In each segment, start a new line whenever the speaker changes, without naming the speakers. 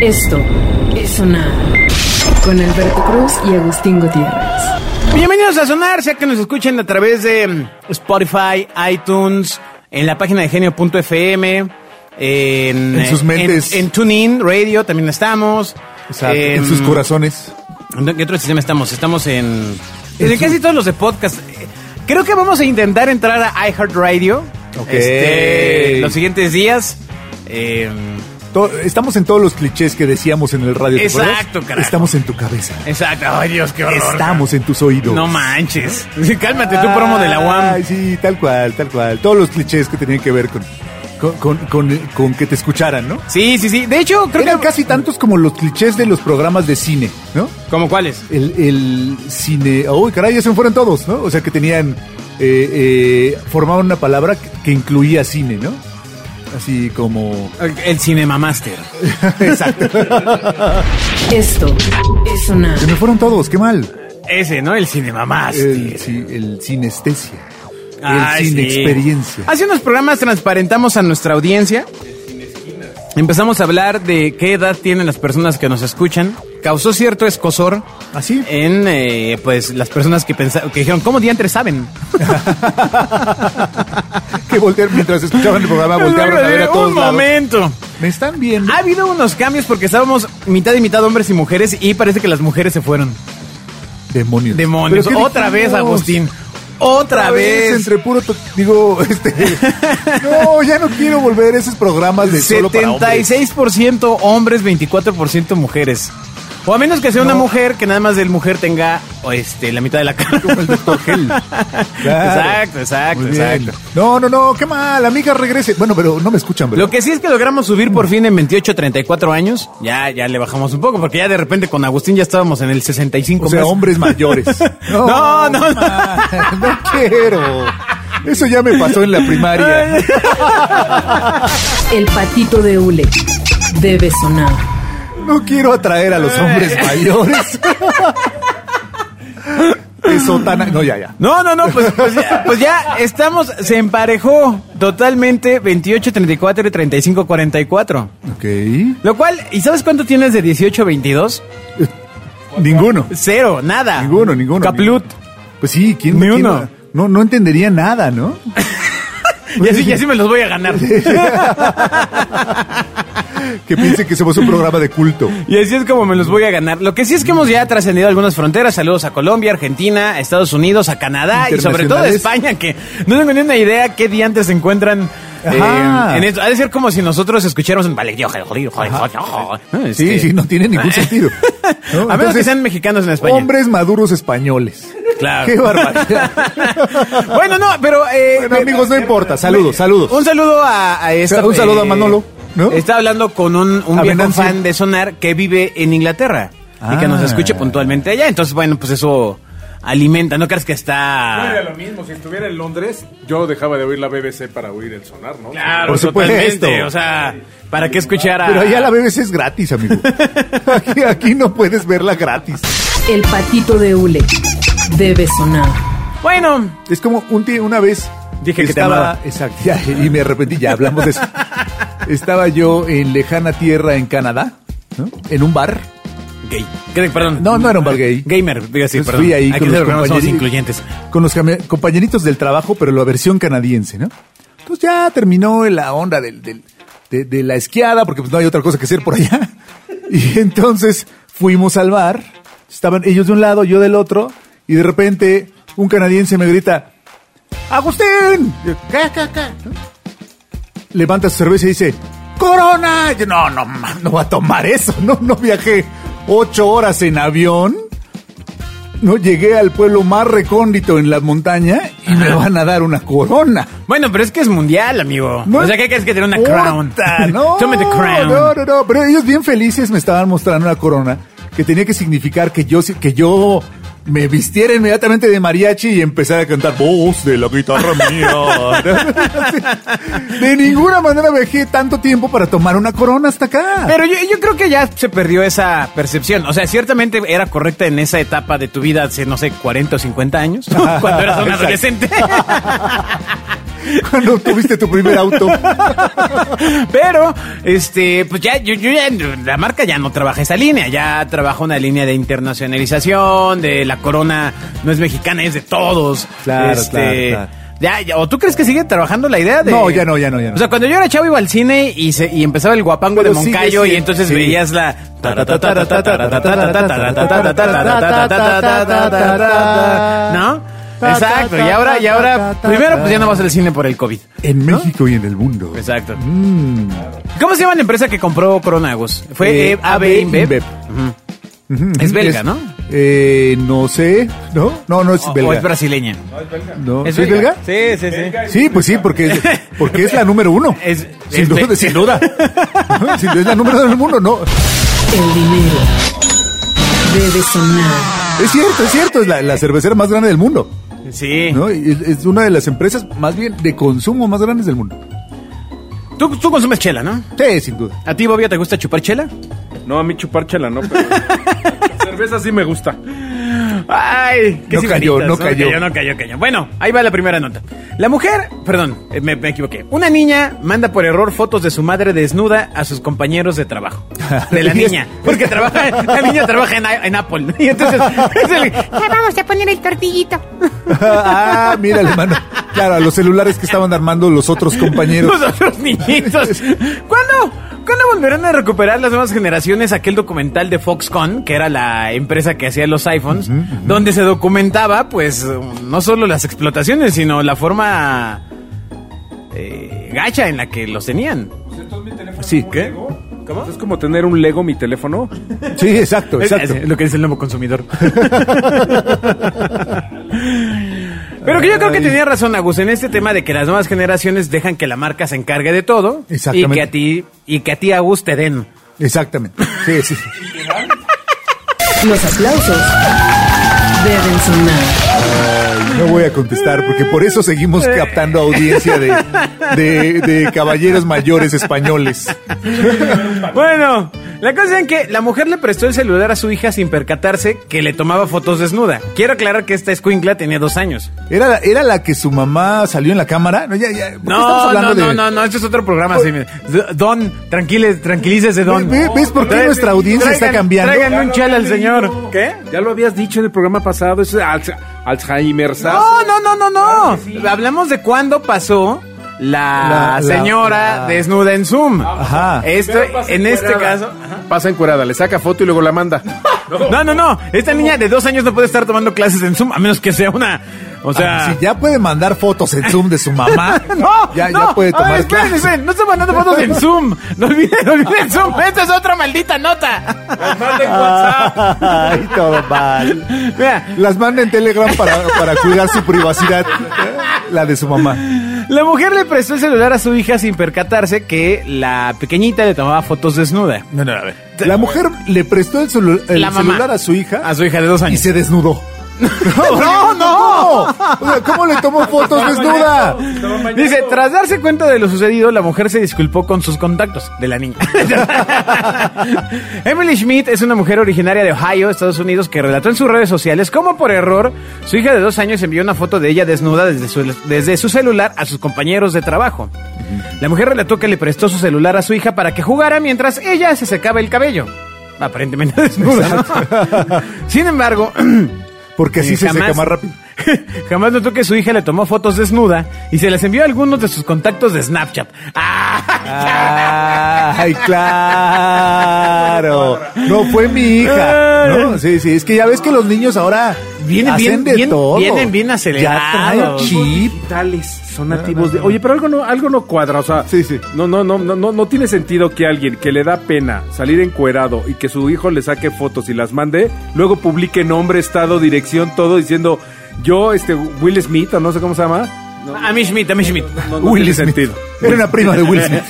Esto es Sonar con Alberto Cruz y Agustín Gutiérrez.
Bienvenidos a Sonar, sea que nos escuchen a través de mm, Spotify, iTunes, en la página de genio.fm, en,
En sus mentes.
en, en TuneIn Radio también estamos.
Exacto.
Em,
en sus corazones.
¿En qué otro sistema estamos? Estamos en, en
En su-
casi todos los de podcast. Eh, Creo que vamos a intentar entrar a iHeartRadio
Ok.
este, los siguientes días. Em,
To- estamos en todos los clichés que decíamos en el radio. ¿te acuerdas?
Exacto, carajo.
Estamos en tu cabeza.
exacto. Ay, Dios, qué horror.
Estamos en tus oídos.
No manches. Cálmate, tú promo de la
Ay,
UAM.
sí, tal cual, tal cual. Todos los clichés que tenían que ver con, con, con- con- con que te escucharan, ¿no?
Sí, sí, sí. De hecho, creo
Eran
que...
casi tantos como los clichés de los programas de cine, ¿no?
¿Cómo cuáles?
El, el cine. Uy, caray, ya se me fueron todos, ¿no? O sea, que tenían. eh, eh, formaban una palabra que- que incluía cine, ¿no? Así como.
El Cinema Master.
Exacto.
Esto es Sonar
Se me fueron todos, qué mal.
Ese, ¿no? El Cinema Master.
El, ci- el sinestesia.
Este, Ay,
el
sí.
sin experiencia.
Hace unos programas transparentamos a nuestra audiencia. Empezamos a hablar de qué edad tienen las personas que nos escuchan. Causó cierto escosor
¿Así?
en eh, pues las personas que pensaron, que dijeron, ¿cómo diantres saben?
que voltear mientras escuchaban el programa, voltearon a ver a todos
Un
lados.
momento.
Me están viendo.
Ha habido unos cambios porque estábamos mitad y mitad hombres y mujeres y parece que las mujeres se fueron.
Demonios.
Demonios.
¿Pero qué
Otra vez,
dijimos?
Agustín. Otra,
Otra vez.
vez.
Entre puro. to- Digo, este. no, ya no quiero volver a esos programas de solo para hombres.
76% hombres, 24% mujeres. O a menos que sea una
No.
mujer que nada más del mujer tenga o este, la mitad de la cara.
Como el Dr. Gel.
Exacto, exacto,
Muy bien.
exacto.
No, no, no, qué mal, amiga, regrese. Bueno, pero no me escuchan, ¿verdad?
Lo que sí es que logramos subir por fin en 28, 34 años. Ya, ya le bajamos un poco, porque ya de repente con Agustín ya estábamos en el 65.
O sea,
más.
hombres mayores.
No, no, no.
ma, no quiero. Eso ya me pasó en la primaria.
El patito de hule debe sonar.
No quiero atraer a los hombres mayores. Eso tan... No, ya, ya.
No, no, no, pues, pues ya, pues ya estamos, se emparejó totalmente 28, 34 y 35, 44.
Ok.
Lo cual, ¿y sabes cuánto tienes de 18 a 22?
Ninguno.
Cero, nada.
Ninguno, ninguno.
Caplut.
Pues sí, ¿quién?
Ni
quién-
uno.
no, no entendería nada, ¿no?
Y así, y así me los voy a ganar.
Que piense que somos un programa de culto.
Y así es como me los voy a ganar. Lo que sí es que hemos ya trascendido algunas fronteras. Saludos a Colombia, Argentina, a Estados Unidos, a Canadá y sobre todo a
Internacionales.
España, que no tengo ni una idea qué diantes se encuentran.
Ajá.
eh, en esto. Ha de ser como si nosotros escucháramos un vale, yo, joder, joder, joder, joder. Ah,
Sí,
este-
sí, no tiene ningún sentido.
A menos que sean mexicanos en España.
Hombres maduros españoles.
Claro.
Qué barbaridad.
bueno, no, pero. eh,
Bueno,
me-
amigos, no importa. Saludos, saludos.
Un saludo a, a esta-
Un saludo a Manolo, ¿no?
Está hablando con un, un
A
viejo
Venancio.
fan de Sonar que vive en Inglaterra y que nos
Ah.
escuche puntualmente allá. Entonces, bueno, pues eso alimenta. ¿No crees que
No era
está...?
lo mismo, si estuviera en Londres, yo dejaba de oír la BBC para oír el sonar, ¿no?
Claro,
Por supuesto.
totalmente. O sea, ¿para qué escuchar a...?
Pero allá la BBC es gratis, amigo. Aquí, aquí no puedes verla gratis.
El patito de hule debe sonar.
Bueno,
Es como un ti- una vez
Dije que te amaba.
exacto, ya, y me arrepentí, ya hablamos de eso. Estaba yo en lejana tierra en Canadá, ¿no? En un bar.
gay. ¿Qué- Perdón.
No, no era un bar gay.
Gamer, digo así,
Entonces
perdón.
fui ahí
Aquí
con los
los programas somos
compañeri-
incluyentes.
Con los came- compañeritos del trabajo, pero la versión canadiense, ¿no? Entonces ya terminó la onda del, del- de, de la esquiada, porque pues no hay otra cosa que hacer por allá. Y entonces fuimos al bar. Estaban ellos de un lado, yo del otro. Y de repente un canadiense me grita, ¡Agustín! Y yo, "¿Qué, qué, qué?", ¿no? Levanta su cerveza y dice, ¡Corona! Y yo, no, no, ma- no va a tomar eso. No, no viajé ocho horas en avión. No llegué al pueblo más recóndito en la montaña y me van a dar una corona.
Bueno, pero es que es mundial, amigo. o sea, ¿qué crees que tiene una crown?
importa, No,
Tome the crown.
No, no, no. Pero ellos bien felices me estaban mostrando una corona que tenía que significar que yo, que yo me vistiera inmediatamente de mariachi y empezara a cantar voz de la guitarra mía. de ninguna manera viajé tanto tiempo para tomar una corona hasta acá.
Pero yo, yo creo que ya se perdió esa percepción. O sea, ciertamente era correcta en esa etapa de tu vida hace, no sé, 40 o 50 años, cuando eras un
Exacto.
adolescente.
Cuando tuviste tu primer auto.
Pero, este, pues ya, yo, yo ya, la marca ya no trabaja esa línea, ya trabaja una línea de internacionalización, de la corona no es mexicana, es de todos.
Claro,
Este,
claro, claro.
Ya, ya, ¿O tú crees que sigue trabajando la idea de.?
No, ya no, ya no, ya no.
O sea, cuando yo era chavo iba al cine y, se, y empezaba el guapango de
Pero sigue
Moncayo y
siendo-
entonces
sí.
veías la. ¿No? Exacto, y ahora, y ahora, primero pues ya no vas al cine por el COVID.
En México y en el mundo.
Exacto. ¿Cómo se llama la empresa que compró Corona Agus? Fue
Mm. Eh,
eh, AB
AB
InBev.
InBev.
Ujú. Es belga, ¿no?
Eh, no sé. ¿No? No, no es
O-
belga.
O es brasileña.
No.
¿Es
¿Sí es belga?
Sí, sí, sí.
Sí, pues sí, porque, porque es la número uno.
Es-
sin,
es
duda,
be-
sin duda. Sin duda, es la número uno del mundo, no.
El dinero debe sonar.
Es cierto, es cierto, es la, la cervecera más grande del mundo.
Sí.
¿no? Y Es, es una de las empresas más bien de consumo más grandes del mundo.
Tú, tú consumes chela, ¿no?
Sí, sin duda.
¿A ti, Bobia, te gusta chupar chela?
No, a mí chupar chela no, pero. cerveza sí me gusta.
Ay, qué
No cayó,
sibaritas,
no cayó.
No cayó, cayó. Bueno, ahí va la primera nota. La mujer, perdón, eh, me, me equivoqué. Una niña manda por error fotos de su madre desnuda a sus compañeros de trabajo. De la
Y es-
niña. Porque trabaja, la niña trabaja en, en Apple. Y entonces, es el-
Ya vamos a poner el tortillito.
ah, mira, hermano. Claro, a los celulares que estaban armando los otros compañeros.
Los otros niñitos. ¿Cuándo? ¿Cuándo volverán a recuperar las nuevas generaciones aquel documental de Foxconn, que era la empresa que hacía los iPhones, donde se documentaba, pues, no solo las explotaciones, sino la forma eh, gacha en la que los tenían?
Sí,
¿Qué? ¿Cómo? Es como tener un Lego mi teléfono.
sí, exacto,
Es-
exacto.
es lo que dice el nuevo consumidor. Pero que yo creo que
Ay.
tenía razón, Agus, en este tema de que las nuevas generaciones dejan que la marca se encargue de todo y
Exactamente.
que a ti, y que a ti, Agus, te den.
Exactamente. Sí, sí.
Los aplausos deben sonar.
Ay, no voy a contestar porque por eso seguimos captando audiencia de, de, de caballeros mayores españoles.
Bueno, la cosa es que la mujer le prestó el celular a su hija sin percatarse que le tomaba fotos desnuda. Quiero aclarar que esta escuincla tenía dos años.
Era la, era la que su mamá salió en la cámara. No, ya, ya. ¿por qué estamos
No, no,
hablando
no,
de-
no, no, esto es otro programa. sí, mira. D- don, tranquiles, tranquilícese, Don.
¿Ve- ve- ves por qué
Traigan-
nuestra audiencia
traigan-
está cambiando?
Traigan un chal al
Leído.
señor. ¿Qué?
Ya lo habías dicho en el programa pasado. Eso es Alz- Alzheimer.
No, no, no, no, no. Hablamos de cuándo pasó la,
La- la-
señora
la-
desnuda en Zoom.
Ajá.
Esto, en este caso.
Pasa encuerada, le saca foto y luego la manda.
No, no, no. Esta niña de dos años no puede estar tomando clases en Zoom, a menos que sea una. O sea.
Ah, si ya puede mandar fotos en Zoom de su mamá.
No,
ya,
no.
ya puede
A
tomar.
ver, espérense,
clases.
espérense. no estoy mandando fotos en Zoom. No olviden, no olviden Zoom. Esta es otra maldita nota.
Ay, todo mal.
Mira,
Las manda en Telegram para, para cuidar su privacidad. La de su mamá.
la mujer le prestó el celular a su hija sin percatarse que la pequeñita le tomaba fotos desnuda.
No, no, a ver. La mujer le prestó el, celu- el
La mamá.
celular a su hija.
A su hija de dos
y
años.
se desnudó. No, no, no. O sea, ¿Cómo le tomó fotos desnuda?
Dice, tras darse cuenta de lo sucedido, la mujer se disculpó con sus contactos de la niña. Emily Schmidt es una mujer originaria de Ohio, Estados Unidos, que relató en sus redes sociales cómo por error su hija de dos años envió una foto de ella desnuda desde su, desde su celular a sus compañeros de trabajo. La mujer relató que le prestó su celular a su hija para que jugara mientras ella se secaba el cabello. Aparentemente desnuda. ¿no? Sin embargo,
Porque así
Eh,
se
jamás-
seca más rápido.
Jamás notó que su hija le tomó fotos desnuda y se las envió a algunos de sus contactos de Snapchat. ¡Ah!
Ay, claro. No fue mi hija. No, sí, sí. Es que ya ves que los niños ahora
Vienen
hacen
bien-
de
bien-
todo.
vienen bien acelerados.
Ya traen chip.
Digitales, son nativos de. Oye, pero algo no, algo no cuadra, o sea.
Sí, sí.
No, no, no, no, no, no tiene sentido que alguien que le da pena salir encuerado y que su hijo le saque fotos y las mande, luego publique nombre, estado, dirección, todo diciendo yo, este Will Smith o no sé cómo se llama.
A mí Schmidt, a mí Schmidt.
No, no
Will
tiene
Smith.
sentido.
Era una prima de Will Smith.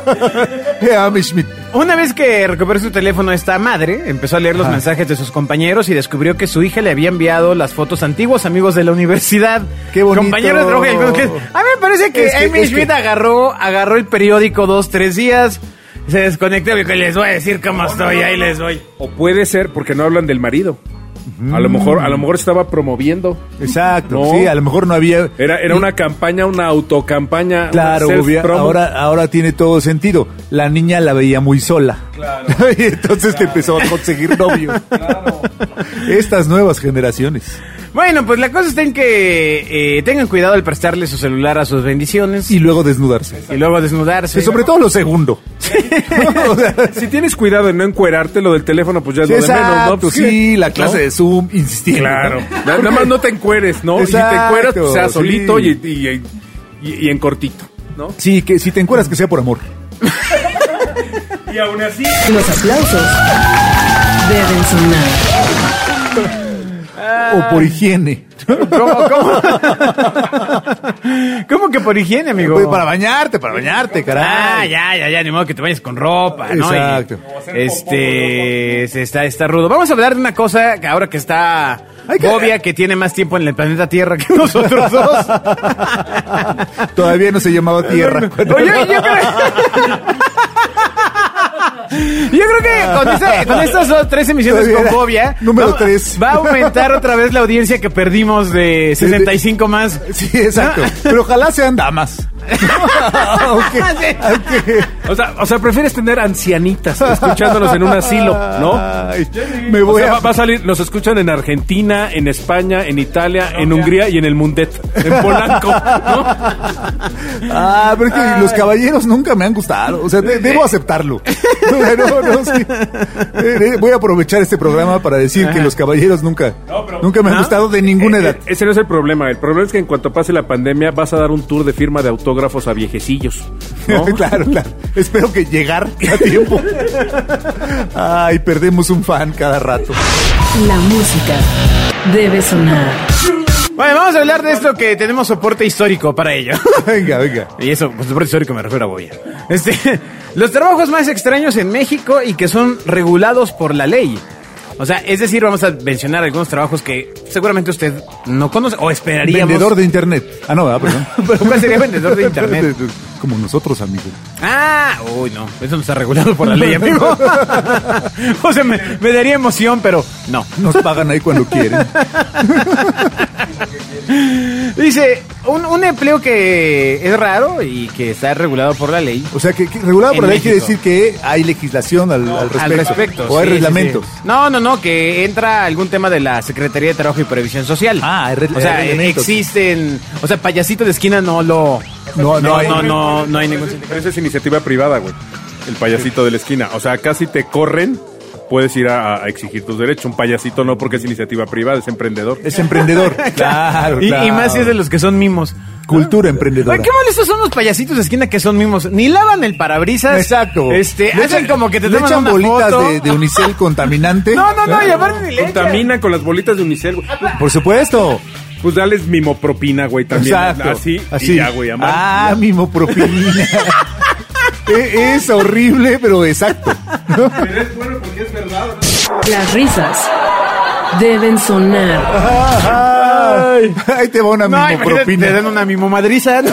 Era Amy Schmidt.
Una vez que recuperó su teléfono esta madre, empezó a leer los mensajes de sus compañeros y descubrió que su hija le había enviado las fotos a antiguos amigos de la universidad.
Qué bonito.
Compañeros de trabajo y algunos que- A mí me parece que,
Es que-
Amy
es que-
Schmidt agarró, agarró el periódico dos, tres días, se desconectó y dijo, les voy a decir cómo estoy, ahí les voy.
O puede ser porque no hablan del marido. A lo mejor, a lo mejor estaba promoviendo.
Exacto,
No.
sí, a lo mejor no había...
Era, era una campaña, una autocampaña. una
Claro, obvia-
self-promo.
ahora, ahora tiene todo sentido. La niña la veía muy sola. Claro. y entonces te empezó a conseguir novio. Claro. Estas nuevas generaciones.
Bueno, pues la cosa está en que eh, tengan cuidado al prestarle su celular a sus bendiciones
Y
y,
luego desnudarse.
luego desnudarse.
Sí, sobre todo lo segundo. O sea,
Si tienes cuidado en no encuerarte lo del teléfono, pues ya es
sí,
lo de menos, ¿no?
exacto,
Pues,
sí, la
¿no?
clase de Zoom, insistiendo.
Claro. Na- Nada más no te encueres, ¿no? y si te
Exacto,
encueras, pues sea
sí.
solito y, y- y- y en cortito, ¿no?
Sí, que si te encueras que sea por amor.
Y aún así.
Los aplausos deben sonar.
O por higiene.
¿Cómo, cómo? ¿Cómo que por higiene, amigo?
Pues para bañarte, para bañarte,
Ah,
caray.
ya, ya, ya, ni modo que te vayas con ropa, ¿no?
Exacto.
Y, este, se está, está rudo. Vamos a hablar de una cosa que ahora que está
Ay, que-
Bobia, que tiene más tiempo en el planeta Tierra que nosotros dos.
Todavía no se llamaba tierra.
Oye, yo creo... Yo creo que con, esta- con estas dos, tres emisiones
Todavía
con
era
Bobia...
número
va-
tres.
Va a aumentar otra vez la audiencia que perdimos de 65 más.
Sí, exacto.
No.
Pero ojalá sean damas. aunque, aunque-
O sea, o sea, prefieres tener ancianitas escuchándonos en un asilo, ¿no?
Ay, me
O
voy
sea,
a...
va, va a salir, nos escuchan en Argentina, en España, en Italia, en Hungría y en el Mundet, en Polanco, ¿no?
Ah, pero es que los caballeros nunca me han gustado. O sea, de- debo aceptarlo. No, no, no, sí. Eh, eh, Voy a aprovechar este programa para decir que los caballeros nunca, nunca me han gustado de ninguna edad.
¿Ah? Eh, Ese no es el problema. El problema es que en cuanto pase la pandemia vas a dar un tour de firma de autógrafos a viejecillos. ¿no?
claro, claro. Espero que llegar a tiempo. Ay, perdemos un fan cada rato.
La música debe sonar.
Bueno, vamos a hablar de esto que tenemos soporte histórico para ello.
Venga, venga.
Y eso, por soporte histórico me refiero a Goya. Este, los trabajos más extraños en México y que son regulados por la ley. O sea, es decir, vamos a mencionar algunos trabajos que seguramente usted no conoce o esperaría.
Vendedor de internet. Ah, no, ah, perdón.
Pero ¿cuál sería vendedor de internet?
Como nosotros, amigo.
Ah, uy, no, eso no está regulado por la ley, amigo. o sea, me, me daría emoción, pero no.
Nos pagan ahí cuando quieren.
Dice, un, un empleo que es raro y que está regulado por la ley.
O sea, que, que regulado por
En
la ley quiere decir
México.
que hay legislación al, al respecto.
Al respecto.
O hay
sí, sí,
reglamentos.
sí. No, no, no, que entra algún tema de la Secretaría de Trabajo y Previsión Social.
Ah, hay re-
O sea,
hay reglamentos.
existen. O sea, payasito de esquina no lo.
No, no
no,
hay.
no, no, no hay ningún.
Pero esa es iniciativa privada, güey. El payasito de la esquina. O sea, casi te corren, puedes ir a, a exigir tus derechos. Un payasito no, porque es iniciativa privada, es emprendedor.
Es emprendedor. claro,
Y,
claro.
y más si es de los que son mimos.
Cultura
Ay,
emprendedora.
qué molestos son los payasitos de esquina que son mimos. Ni lavan el parabrisas.
Exacto.
Este,
Le
hacen
echan-
como que te
le
toman
echan
una
bolitas
foto.
De, de unicel contaminante.
No, no, no, y aparte ni le echan.
Contamina con las bolitas de unicel, güey.
Por supuesto.
Pues dales mimopropina, güey, también.
Exacto.
Así, y ya, güey, amar.
Ah, mimo propina. E- es horrible, pero exacto.
Las risas deben sonar.
Ay. Ahí te va una
No,
mimo
imagínate,
propina.
te dan una mimomadriza. ¿no?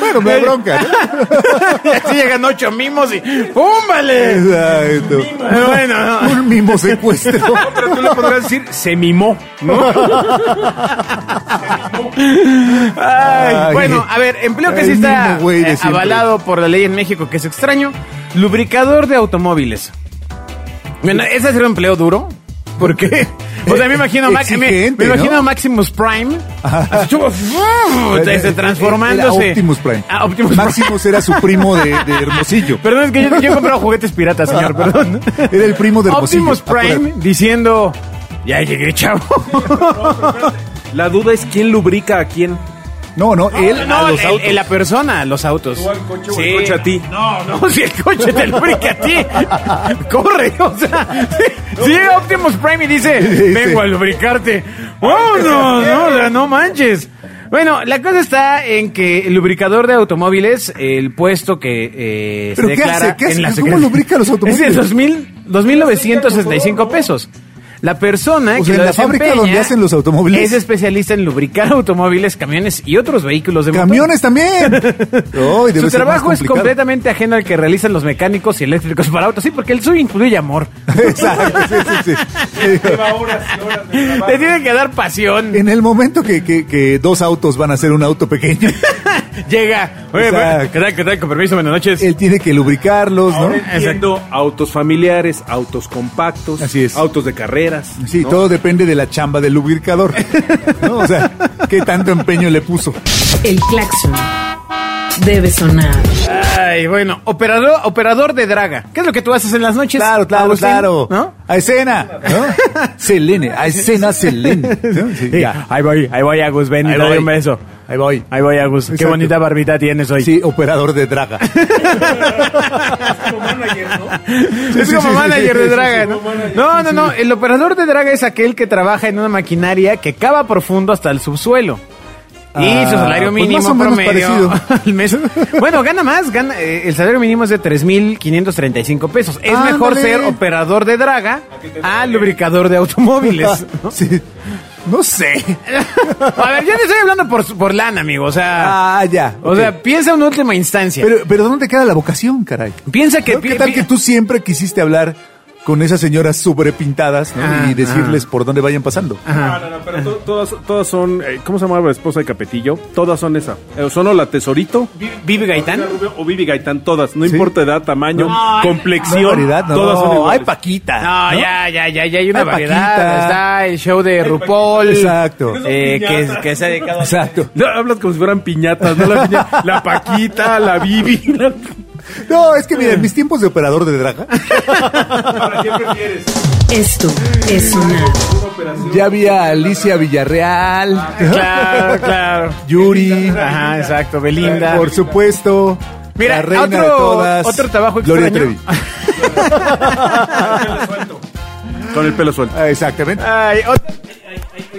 Bueno, me da bronca. ¿no?
Así llegan ocho mimos y ¡púmbale!
Exacto.
Pero bueno, no.
Un mimo secuestro.
Pero tú le podrás decir, se mimó, ¿no?
Ay,
Ay.
bueno, a ver, empleo que
El
sí está
mismo güey de
eh,
siempre.
avalado por la ley en México, que es extraño. Lubricador de automóviles. Bueno, ese será un empleo duro. ¿Por qué? O sea, me imagino, Max- me- me,
Exigente, ¿no?
imagino a Maximus Prime así, chubo, uf, este, transformándose.
Eh, Era Optimus Prime.
Ah, Optimus Prime.
Maximus era su primo de, de Hermosillo.
Perdón, es que yo, yo he comprado juguetes piratas, señor, perdón.
Era el primo de Hermosillo.
Optimus Prime diciendo, ya llegué, chavo.
La duda es quién lubrica a quién.
No, no, él
no,
a los
el-
autos.
el- la persona, los autos.
al coche o el coche a ti.
No, no, si el coche te lubrica a ti, corre. O sea, si, si llega Optimus Prime y dice,
dice,
vengo a lubricarte. ¡Vámonos! No, o sea, no manches. Bueno, la cosa está en que el lubricador de automóviles, el puesto que eh, se
¿Pero qué
declara
hace? ¿Qué hace?
en la
¿Cómo
secret-
lubrica los automóviles?
Es de 2000, 2.965 pesos. La persona que
O sea, en
lo
la fábrica
desempeña
donde hacen los automóviles.
es especialista en lubricar automóviles, camiones y otros vehículos de motor.
¡Camiones también! Ay, debe
Su
ser más
trabajo es
complicado.
completamente ajeno al que realizan los mecánicos y eléctricos para autos. Sí, porque el suyo incluye amor.
Exacto, sí, sí, sí.
Lleva horas y horas de trabajo.
Te tiene que dar pasión.
En el momento que, que- que dos autos van a ser un auto pequeño,
Llega. Oye,
Exacto.
¿qué tal? ¿Qué tal? Con permiso, buenas noches.
él tiene que lubricarlos, ¿no?
Ahora entiendo autos familiares, autos compactos,
Así es.
autos de carreras.
Sí,
¿no?
todo depende de la chamba del lubricador. ¿no? O sea, qué tanto empeño le puso.
El claxon debe sonar.
Ay, bueno, operador, operador de draga. ¿Qué es lo que tú haces en las noches?
Claro, claro,
Agustín?
claro.
¿No?
A escena, ¿no? Selene, a escena Selene. ¿no? Sí,
Sí,
ya.
ahí voy, ahí voy, Agus, ven y
Ahí
dale
voy.
un beso.
Ahí voy.
Ahí voy, Agus. Qué
Exacto.
bonita barbita tienes hoy.
Sí, operador de draga. Sí,
es
sí,
como
sí,
manager
sí,
de
sí,
draga,
sí,
¿no? No, no, no. El operador de draga es aquel que trabaja en una maquinaria que cava profundo hasta el subsuelo. Y
Ah,
su salario
pues
mínimo
más o menos
promedio
parecido.
al mes. Bueno, gana más, gana eh, el salario mínimo es de 3.535 pesos. Es mejor
Ándale.
ser operador de draga a lubricador de automóviles. ¿no?
Sí. No sé.
A ver, yo no estoy hablando por, por lana, amigo. O sea,
Ah, ya.
o sea, piensa en última instancia.
Pero, pero ¿dónde queda la vocación, caray?
piensa que
¿No? ¿Qué tal que tú siempre quisiste hablar con esas señoras sobrepintadas ¿no?
Ah,
y decirles por dónde vayan pasando?
No, no, no, pero to- todas, todas son. eh, ¿Cómo se llama la esposa de Capetillo? Todas son esa. Eh, son o la Tesorito.
Vive Gaitán?
Paulina Rubio O Vivi Gaitán, todas. No
Sí.
importa edad, tamaño,
No,
complexión.
no hay variedad, no.
Todas son iguales.
Ay, Paquita.
No, ya, ya, ya, ya hay una
Ah, Ay,
variedad.
Paquita.
Está el show de RuPaul.
Exacto.
Eh, que, que se ha dedicado a-
Exacto.
No, hablas como si fueran piñatas, ¿no? La, piña- la Paquita, la Vivi. la-
No, es que mira, en mis tiempos de operador de draga,
Esto es sonar.
ya había Alicia Villarreal,
Claro, claro.
Yuri,
Ajá, exacto. Belinda.
por supuesto,
Mira,
la reina
otro-
de todas,
otro trabajo
Gloria
extraño.
Trevi.
Con el pelo suelto.
Ah, Exactamente.
Ay, otra-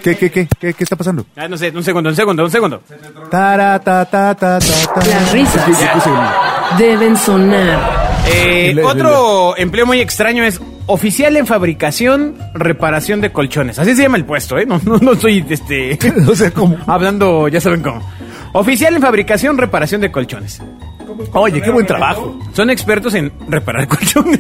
¿Qué, qué, qué, qué, qué está pasando?
Ah, no sé, un segundo, un segundo, un segundo.
Tara, ta, ta, ta, ta, ta.
Las risas.
Sí, sí, puse el-
Deben sonar.
Eh,
Dile,
otro empleo muy extraño es oficial en fabricación, reparación de colchones. Así se llama el puesto, ¿eh? No, no, no soy este.
No sé cómo.
Hablando, ya saben cómo. Oficial en fabricación, reparación de colchones.
Oye, qué buen trabajo.
Son expertos en reparar colchones.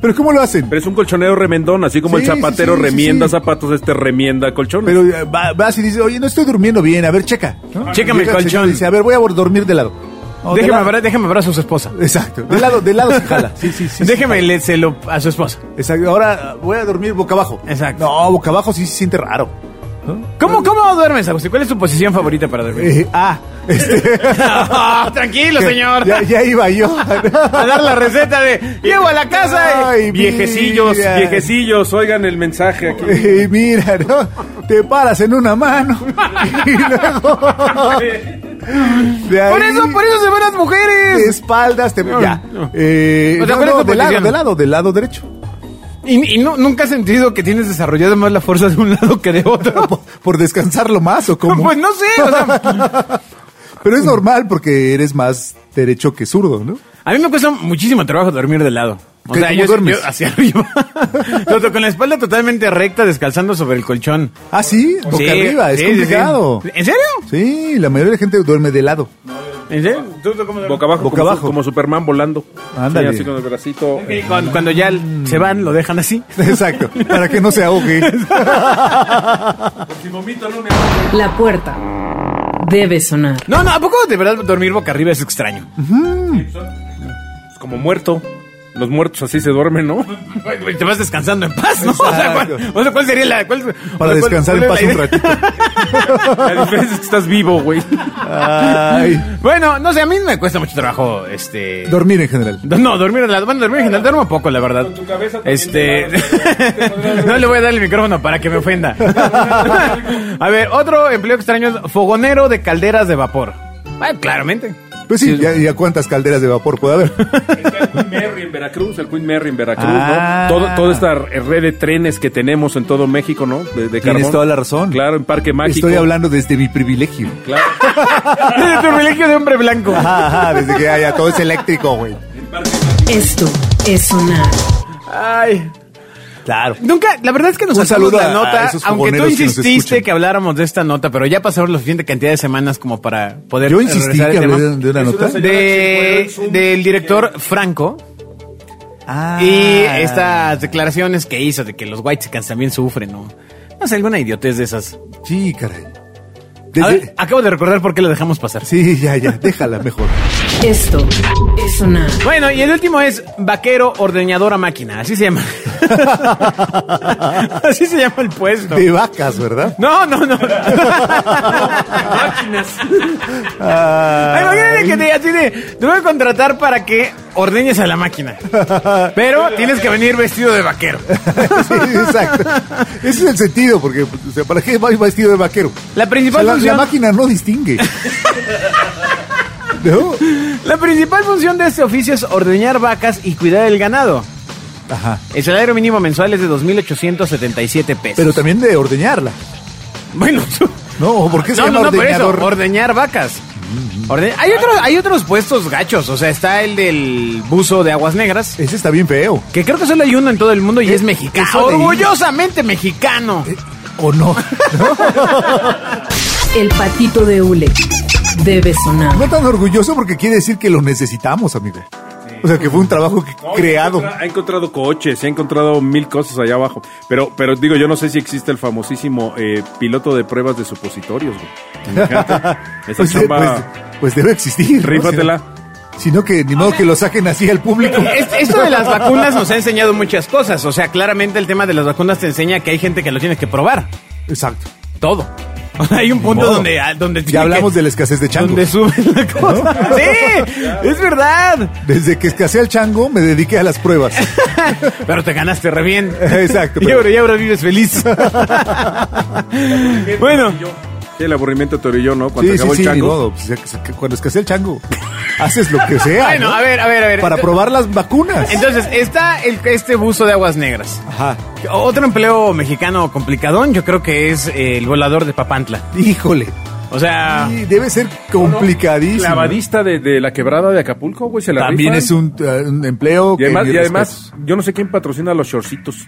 Pero ¿cómo lo hacen?
Pero es un colchonero remendón, así como
Sí,
el zapatero
sí, sí, sí,
remienda
sí.
zapatos, este remienda colchones.
Pero eh, va- vas y dices, oye, no estoy durmiendo bien, a ver, checa. ¿no?
Chécame el
Llega señor
colchón.
y Dice, a ver, voy a dormir de lado. O de
déjeme,
lado.
abra- déjeme abrazar a su esposa.
Exacto, de lado, de lado se jala. Sí, sí, sí. sí.
déjeme le- se lo, a su esposa.
Exacto, ahora voy a dormir boca abajo.
Exacto.
No, boca abajo sí se siente raro.
¿Cómo, cómo duermes, Agustín? ¿Cuál es tu posición favorita para dormir?
Eh, ah, este.
Ah, tranquilo, señor.
Ya, ya iba yo.
A dar la receta de llego a la casa y...
Ay,
Viejecillos,
mira.
viejecillos, oigan el mensaje aquí.
Y mira, ¿no? Te paras en una mano. Y luego. de
Por
ahí,
eso, por eso se van las
De
mujeres.
espaldas, te. Ya.
no.
Eh,
O sea,
no,
¿cuál es
no,
tu
de lado,
posición?
de lado, del lado derecho.
Y, y no- nunca has sentido que tienes desarrollada más la fuerza de un lado que de otro.
¿Por, por descansarlo más o cómo?
Pues no sé, o sea,
Pero es normal porque eres más derecho que zurdo, ¿no?
a mí me cuesta muchísimo trabajo dormir de lado. O
¿Qué,
sea,
cómo
yo,
duermes?
yo hacia arriba. Lo to- con la espalda totalmente recta, descalzando sobre el colchón.
Ah, sí, boca
Sí,
arriba, es
sí, sí, sí.
complicado.
¿En serio?
Sí, la mayoría de la gente duerme de lado.
¿En serio? ¿Tú, tú cómo duermes?
Boca abajo,
Boca
como,
abajo.
como Superman volando.
Ándale.
Sí, así con el bracito. eh,
Sí, cuando, cuando ya el- se van, lo dejan así.
Exacto, para que no se ahogue.
La puerta debe sonar.
No, no, ¿a poco de verdad dormir boca arriba es extraño?
Como muerto. Los muertos así se duermen, ¿no?
Te vas descansando en paz, ¿no? O sea, ¿cuál,
Exacto.
o sea, ¿cuál sería la... cuál- o
Para
sea, cuál-
descansar en
cuál
paz
es
un
la idea?
ratito.
La diferencia es que estás vivo, güey.
Ay,
Bueno, no sé, a mí me cuesta mucho trabajo, este...
dormir en general.
no, dormir en la... Bueno, dormir en general, duermo poco, la verdad.
Con tu cabeza también
Este...
te la-
no le voy a dar el micrófono para que me ofenda. a ver, otro empleo extraño es fogonero de calderas de vapor. Ah, claramente.
Pues sí, ya, ya cuántas calderas de vapor puede haber.
El Queen Mary en Veracruz, el Queen Mary en Veracruz,
Ah.
¿no? Todo- toda esta red de trenes que tenemos en todo México, ¿no? De, de
Tienes
carbón.
toda la razón.
Claro, en Parque Mágico.
Estoy hablando desde mi privilegio.
Claro.
Desde tu privilegio de hombre blanco.
Ajá, ajá, desde que ya, ya todo es eléctrico, güey.
Esto es sonar.
Ay.
Claro.
Nunca, la verdad es que nos
Un
saltamos
saludo
la
a- a
nota,
esos
aunque tú
fogoneros que nos
insististe que,
escuchan.
habláramos de esta nota, pero ya pasaron la suficiente cantidad de semanas como para poder
Yo insistí que
regresar al
hablé
tema.
de, de una
Es una
nota.
señal-
De- del director Franco
Ah.
y estas declaraciones que hizo de que los whitexicans también sufren, ¿no? No sé, alguna idiotez de esas.
Sí, caray.
A
Desde-
ver, acabo de recordar por qué lo dejamos pasar.
Sí, ya, ya. Déjala mejor.
Esto es sonar.
Bueno, y el último es vaquero ordeñadora máquina, así se llama. así se llama el puesto.
De vacas, ¿verdad?
No, no, no. Máquinas. Ay, Imagínate que te, así de, te voy a contratar para que ordeñes a la máquina. Pero tienes que venir vestido de vaquero.
Ah. Sí, exacto. Ese es el sentido, porque o sea, ¿para qué va vestido de vaquero?
La
O sea,
principal
la, la
función.
máquina no distingue. ¿No?
La principal función de este oficio es ordeñar vacas y cuidar el ganado.
Ajá.
El salario mínimo mensual es de 2.877 pesos.
Pero también de ordeñarla.
bueno, tú-
No, ¿por qué se
no,
llama
no, no, por eso,
ordeñador? Mm. Ah.
ordeñar vacas. Orde- Hay, otros, hay otros puestos gachos, o sea, está el del buzo de aguas negras,
Ese está bien feo.
que creo que solo hay uno en todo el mundo y es mexicano.
eso leí.
Orgullosamente mexicano.
Eh, ¿O no?
El patito de hule debe sonar.
No tan orgulloso porque quiere decir que lo necesitamos, amigo. O sea, que fue un trabajo que-
No,
creado.
Ha encontrado coches, ha encontrado mil cosas allá abajo. Pero, pero digo, yo no sé si existe el famosísimo eh, piloto de pruebas de supositorios, güey. Imagínate, Esa
Pues, de- pues,
chamba,
pues debe existir. ¿no?
rífatela.
Sino que ni modo que lo saquen así al público.
Es- Esto de las vacunas nos ha enseñado muchas cosas, o sea, claramente el tema de las vacunas te enseña que hay gente que lo tiene que probar.
Exacto.
todo. O sea, hay un punto
modo.
donde, ah, donde tiene
Ya hablamos
que-
de la escasez de chango.
donde sube la cosa. Sí, es verdad.
Desde que escasea el chango, me dediqué a las pruebas.
Pero te ganaste re bien.
Exacto,
Y
pero-
ahora, y ahora vives feliz. bueno,
Sí, el aburrimiento te orilló, ¿no? Cuando
pues, sí,
acabó
sí, sí,
el
ni
chango.
modo. Pues, es que Cuando escasea el chango, haces lo que sea.
Bueno,
¿no?
a ver, a ver, a ver.
Para
Entonces-
probar las vacunas.
entonces está el, este buzo de aguas negras.
Ajá.
Otro empleo mexicano complicadón, yo creo que es eh, el volador de Papantla.
Híjole.
O sea,
Sí, debe ser complicadísimo.
Clavadista de, de la quebrada de Acapulco, güey, se la
También
rifan.
es un, eh, un empleo
Y además,
que.
y además, yo no sé quién patrocina los shortcitos.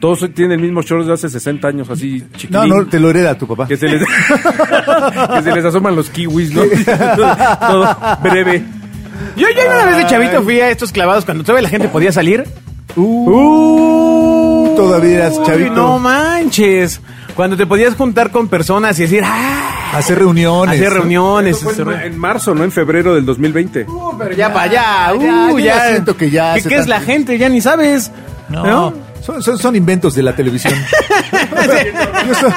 Todos tienen el mismo shorts de hace 60 años, así chiquitín.
No, no, te lo hereda tu papá.
Que se, les, que se les asoman los kiwis, ¿no? todo, todo breve.
yo, yo una vez de chavito fui a estos clavados cuando todavía la gente podía salir.
Uh, todavía eras
Uy,
chavito.
No manches. Cuando te podías juntar con personas y decir, ¡ah!
Hacer reuniones.
Hacer reuniones.
Eso fue
hacer
en, ma-
reuniones.
en marzo, ¿no? En febrero del 2020.
ya para allá,
ya,
uh,
yo ya
ya.
siento que ya
¿Qué,
hace
qué es la
tanto-
gente? Ya ni sabes. No.
No. Son, son, son inventos de la televisión. Yo so-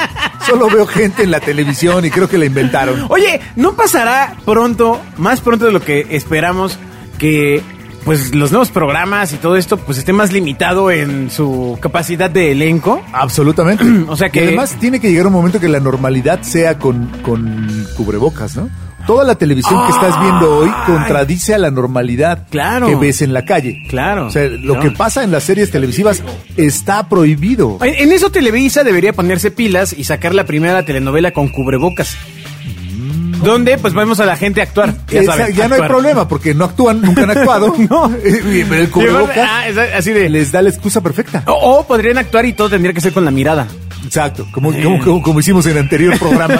solo veo gente en la televisión y creo que la inventaron.
Oye, ¿no pasará pronto, más pronto de lo que esperamos, que pues los nuevos programas y todo esto pues esté más limitado en su capacidad de elenco?
Absolutamente.
O sea
Y
que-
además tiene que llegar un momento que la normalidad sea con, con cubrebocas, ¿no? Toda la televisión que estás viendo hoy contradice a la normalidad
Claro.
que ves en la calle.
Claro.
O sea, lo
Claro.
que pasa en las series televisivas está prohibido.
En, en eso Televisa debería ponerse pilas y sacar la primera telenovela con cubrebocas. Donde pues vamos a la gente a actuar. Ya,
Esa-
sabes,
ya no hay
actuar.
problema porque no actúan, nunca han actuado.
No.
Eh, Pero el cubrebocas
Ah, esa- así de.
les da la excusa perfecta.
O, o podrían actuar y todo tendría que ser con la mirada.
Exacto, como, como, como- como hicimos en el anterior programa,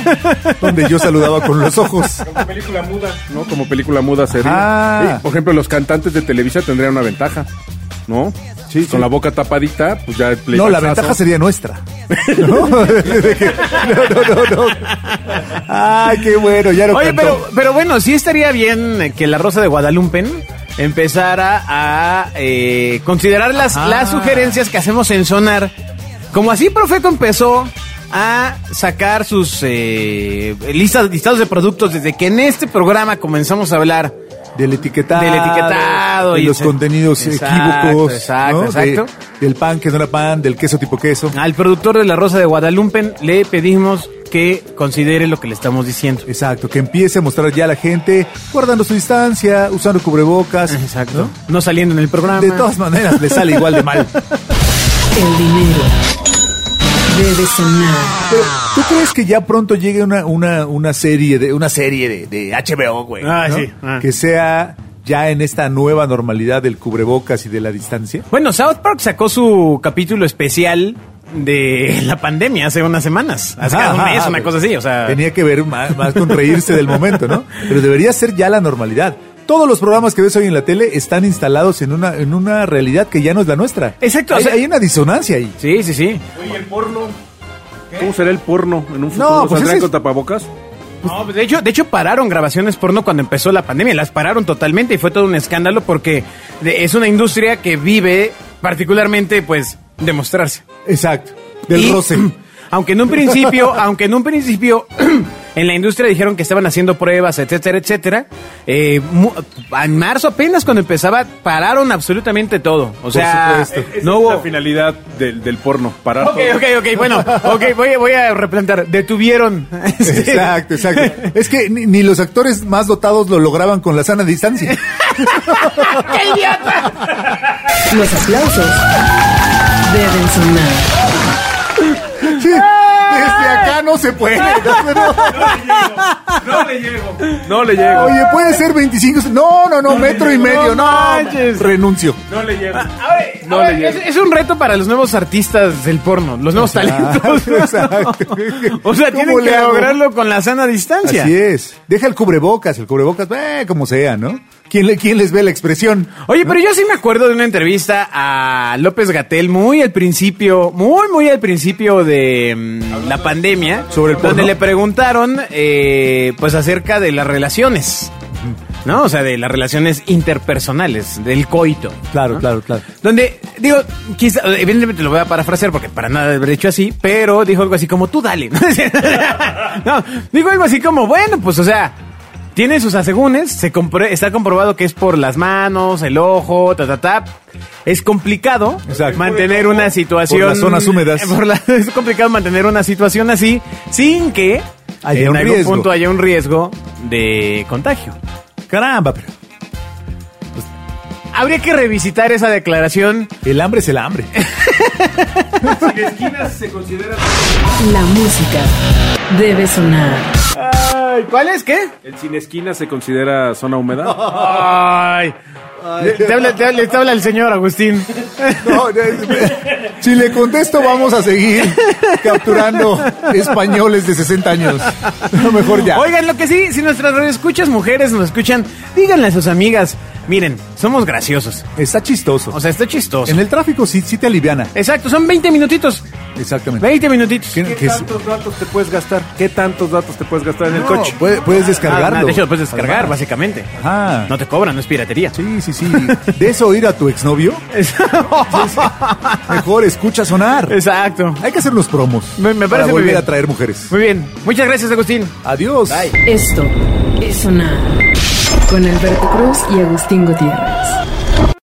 donde yo saludaba con los ojos.
película muda. ¿No? Como película muda sería.
Ajá.
Sí, por ejemplo, los cantantes de Televisa tendrían una ventaja, ¿no?
Sí, sí.
Con la boca tapadita, pues ya el
No, la
playbacksazo.
ventaja sería nuestra. ¿No? De que- no, no, no, no. Ay, qué bueno, ya no
Oye,
cantó.
pero, pero bueno, sí estaría bien eh, que la Rosa de Guadalupe empezara a eh, considerar las,
Ah.
las sugerencias que hacemos en Sonar. Como así Profeco empezó a sacar sus eh, listas, listados de productos desde que en este programa comenzamos a hablar
Del etiquetado.
del etiquetado
De
y
los
ese-
contenidos
Exacto,
equívocos.
exacto,
¿no? De-
exacto.
del pan que no era pan, del queso tipo queso.
al productor de La Rosa de Guadalupe, le pedimos que considere lo que le estamos diciendo.
Exacto, que empiece a mostrar ya a la gente guardando su distancia, usando cubrebocas.
Exacto.
¿no?
No saliendo en el programa.
De todas maneras, le sale igual de mal.
El dinero debe sonar.
Pero, ¿tú crees que ya pronto llegue una, una, una serie de una serie de, de HBO, güey?
Ah,
¿no?
sí, ah.
Que sea ya en esta nueva normalidad del cubrebocas y de la distancia.
Bueno, South Park sacó su capítulo especial de la pandemia hace unas semanas. Hace
Ajá,
un mes,
ajá,
una
pues,
cosa así. O sea,
Tenía que ver más, más con reírse del momento, ¿no? Pero debería ser ya la normalidad. Todos los programas que ves hoy en la tele están instalados en una, en una realidad que ya no es la nuestra.
Exacto, o
Hay,
sea-
hay una disonancia ahí.
sí, sí, sí.
Oye, el porno. ¿Cómo será el porno en un futuro?
pues
¿Saldrán
ese es-
con tapabocas?
No, pues, de hecho, de hecho pararon grabaciones porno cuando empezó la pandemia, las pararon totalmente y fue todo un escándalo porque de- es una industria que vive particularmente pues de mostrarse.
Exacto. Del
Y,
roce.
Aunque en un principio, aunque en un principio en la industria dijeron que estaban haciendo pruebas, etcétera, etcétera, eh, mu- en marzo apenas cuando empezaba pararon absolutamente todo. O sea,
supuesto.
Eh, Esa
no
es
hubo
la finalidad del, del porno, parar
Ok,
todo.
ok, ok, bueno, ok, voy a, voy a replantear. Detuvieron.
Exacto, exacto. Es que ni, ni los actores más dotados lo lograban con la sana distancia.
Los aplausos deben sonar.
Sí, Desde acá no se puede. No, no, no.
No le llego. No le llego.
Oye, puede ser 25. No, no, no, metro y medio. No,
manches.
renuncio.
No le llego.
No,
No le
es,
llego.
es un reto para los nuevos artistas del porno, los nuevos talentos. ¿no?
exacto.
O sea,
¿Cómo
tienen
le
que
hago?
lograrlo con la sana distancia.
Así es. Deja el cubrebocas, el cubrebocas, eh, como sea, ¿no? ¿Quién, le, ¿Quién les ve la expresión?
Oye, pero yo sí me acuerdo de una entrevista a López Gatel muy al principio, muy, muy al principio de mm, la pandemia,
¿Sobre el
donde
porno?
le preguntaron eh, pues acerca de las relaciones, ¿no? O sea, de las relaciones interpersonales, del coito. ¿no?
claro.
Donde, digo, quizá, evidentemente lo voy a parafrasear porque para nada haber hecho así, pero dijo algo así como, tú dale. no, dijo algo así como, bueno, pues, o sea, tiene sus asegúnes, se compro- está comprobado que es por las manos, el ojo, ta, ta, ta. Es complicado
Exacto.
mantener una situación...
Por las zonas húmedas.
Eh, por la- es complicado mantener una situación así sin que
Haya
en
un
algún
riesgo.
punto haya un riesgo de contagio.
Caramba, pero
Habría que revisitar esa declaración
el hambre es el hambre.
Si la esquina se considera
La música debe sonar.
Ay, ¿cuál es qué?
¿El sin esquina se considera zona húmeda?
Ay. Le, te habla, te habla- te habla el señor Agustín.
No, ya es- si le contesto, vamos a seguir capturando españoles de 60 años. A lo mejor ya.
Oigan, lo que sí, si nuestras escuchas mujeres nos escuchan, díganle a sus amigas, miren, somos graciosos.
Está chistoso.
O sea, está chistoso.
en el tráfico sí, sí te aliviana.
Exacto, son 20 minutitos.
Exactamente.
20 minutitos.
¿Qué-
¿Qué
qué es-
tantos datos te puedes gastar? ¿Qué tantos datos te puedes gastar en el
No,
coche?
puede- puedes descargarlo.
Ah, de hecho, lo puedes descargar,
Además.
básicamente.
Ajá.
No te cobran, no es piratería.
Sí, sí, sí. De eso ir a tu exnovio, mejor escucha sonar.
Exacto.
Hay que hacer los promos.
Me- me parece
para
muy
volver
bien.
a traer mujeres.
Muy bien. Muchas gracias, Agustín.
Adiós.
Esto es sonar. Con Alberto Cruz y Agustín Gutiérrez.